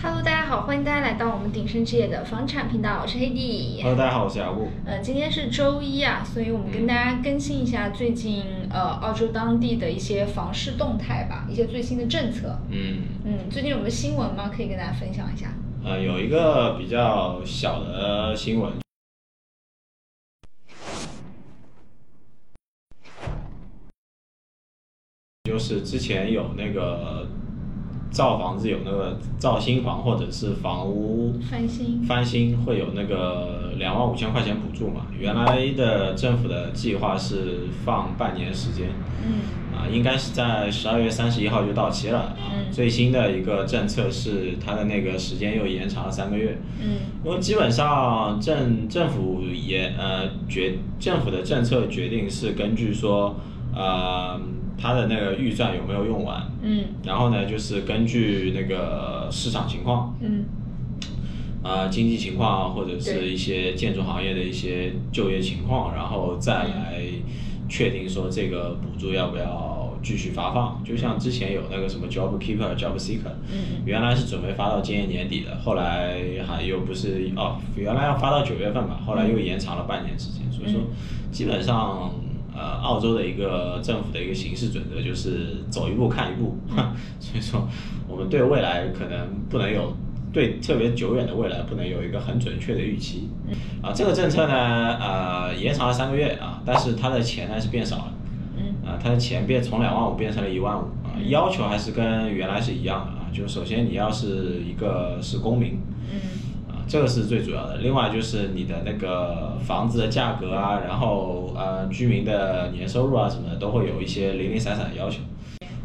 Hello，大家好，欢迎大家来到我们鼎盛置业的房产频道，我是黑弟。 Hello，大家好，我是雅布。呃，今天是周一啊，所以我们跟大家更新一下最近呃澳洲当地的一些房市动态吧，一些最新的政策。嗯，嗯，最近有没有新闻吗？可以跟大家分享一下。呃，有一个比较小的新闻，就是之前有那个造房子有那个造新房或者是房屋翻新。翻新会有那个两万五千块钱补助嘛，原来的政府的计划是放半年时间。嗯啊，应该是在十二月三十一号就到期了啊。嗯最新的一个政策是它的那个时间又延长了三个月，嗯因为基本上政政府也呃决政府的政策决定是根据说呃它的那个预算有没有用完，嗯然后呢就是根据那个市场情况。嗯呃，经济情况或者是对一些建筑行业的一些就业情况，然后再嗯来确定说这个补助要不要继续发放。就像之前有那个什么 Job Keeper、Job Seeker，嗯原来是准备发到今年年底的，后来还又不是哦，原来要发到九月份吧，后来又延长了半年时间。所以说嗯，基本上呃，澳洲的一个政府的一个行事准则就是走一步看一步， 所以说我们对未来可能不能有对特别久远的未来不能有一个很准确的预期。啊，这个政策呢，呃，延长了三个月啊，但是它的钱呢是变少了。嗯啊，它的钱变从两万五变成了一万五啊，要求还是跟原来是一样的啊，就是首先你要是一个是公民嗯啊，这个是最主要的，另外就是你的那个房子的价格啊，然后呃居民的年收入啊什么的都会有一些零零散散的要求。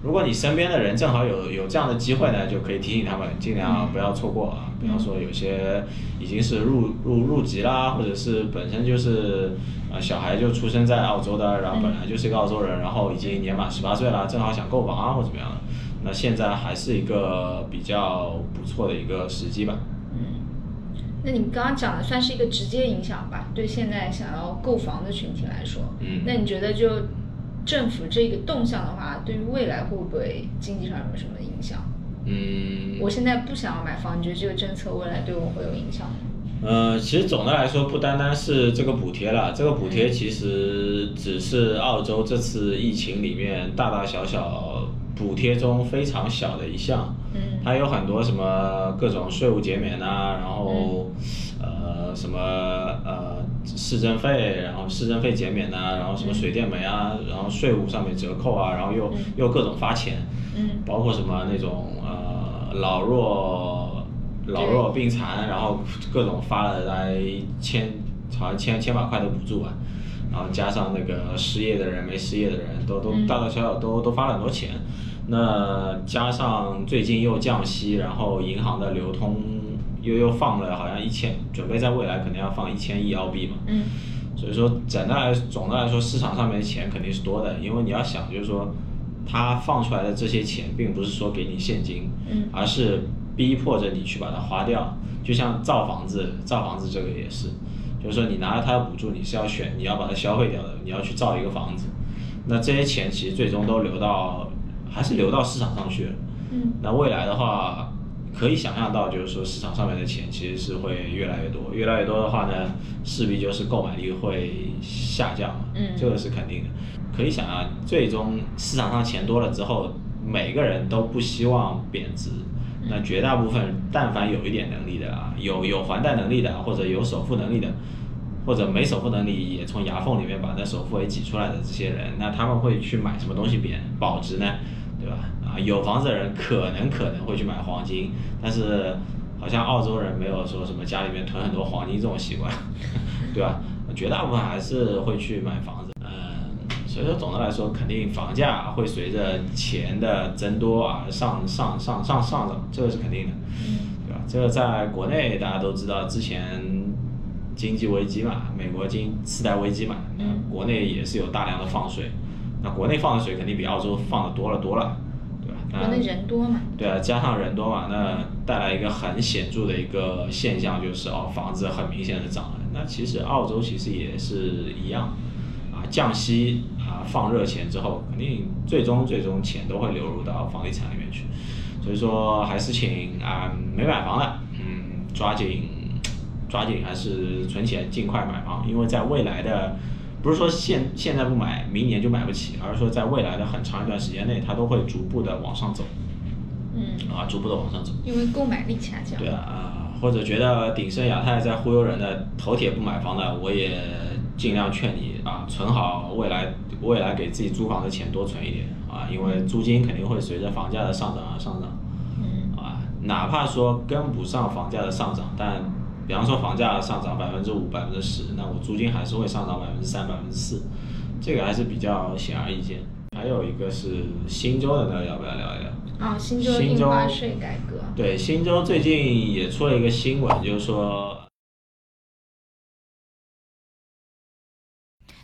如果你身边的人正好有有这样的机会呢，就可以提醒他们尽量不要错过啊。比方说有些已经是入入入籍啦，或者是本身就是呃小孩就出生在澳洲的，然后本来就是一个澳洲人，然后已经年满十八岁了，正好想购房啊或怎么样的，那现在还是一个比较不错的一个时机吧。嗯。那你刚刚讲的算是一个直接影响吧，对现在想要购房的群体来说。嗯那你觉得就政府这个动向的话，对于未来会不会经济上有什么影响？嗯，我现在不想要买房，你觉得这个政策未来对我会有影响吗？呃，其实总的来说，不单单是这个补贴了，这个补嗯贴其实只是澳洲这次疫情里面大大小小补贴中非常小的一项。嗯它有很多什么各种税务减免啊，然嗯后、呃什么呃市政费，然后市政费减免呐、然后什么水电煤啊，然后税务上面折扣啊，然后又、嗯又各种发钱。嗯包括什么那种呃老弱老弱病残，然后各种发了大概千好像千千把块的补助吧，啊然后加上那个失业的人、没失业的人都都嗯大大小小都都发了很多钱，那加上最近又降息，然后银行的流通又又放了好像一千，准备在未来可能要放一千亿澳币嘛，嗯所以说，整的来总的来说，市场上面的钱肯定是多的，因为你要想，就是说，他放出来的这些钱，并不是说给你现金，嗯而是逼迫着你去把它花掉。就像造房子，造房子这个也是，就是说你拿了它的补助，你是要选你要把它消费掉的，你要去造一个房子，那这些钱其实最终都流到，还是流到市场上去了。嗯那未来的话，可以想象到，就是说市场上面的钱其实是会越来越多，越来越多的话呢，势必就是购买力会下降嘛，嗯这个是肯定的。可以想象，最终市场上钱多了之后，每个人都不希望贬值。那绝大部分，但凡有一点能力的啊，有有还贷能力的啊，或者有首付能力的，或者没首付能力也从牙缝里面把那首付给挤出来的这些人，那他们会去买什么东西贬保值呢？对吧？啊，有房子的人可能可能会去买黄金，但是好像澳洲人没有说什么家里面囤很多黄金这种习惯， 对吧？绝大部分还是会去买房子。嗯，所以说总的来说，肯定房价会随着钱的增多而上上上上上涨，这个是肯定的。对吧？这个在国内大家都知道，之前经济危机嘛，美国经次贷危机嘛，那嗯国内也是有大量的放水，那国内放的水肯定比澳洲放的多了多了，对吧？那国内人多嘛，对啊，加上人多嘛，那带来一个很显著的一个现象就是哦，房子很明显的涨了。那其实澳洲其实也是一样，啊，降息啊放热钱之后，肯定最终最终钱都会流入到房地产里面去。所以说还是请啊、没买房的，嗯，抓紧抓紧还是存钱尽快买房，因为在未来的不是说现现在不买，明年就买不起，而是说在未来的很长一段时间内，它都会逐步的往上走，嗯，啊，逐步的往上走。因为购买力下降。对啊，啊，或者觉得鼎盛亚泰在忽悠人的，头铁不买房的，我也尽量劝你啊，存好未来未来给自己租房的钱多存一点啊，因为租金肯定会随着房价的上涨而上涨。嗯啊，哪怕说跟不上房价的上涨，但比方说房价上涨百分之五、百分之十，那我租金还是会上涨百分之三、百分之四，这个还是比较显而易见。还有一个是新州的那个，要不要聊一聊？啊，新州新印州花税改革。对，新州最近也出了一个新闻，就是说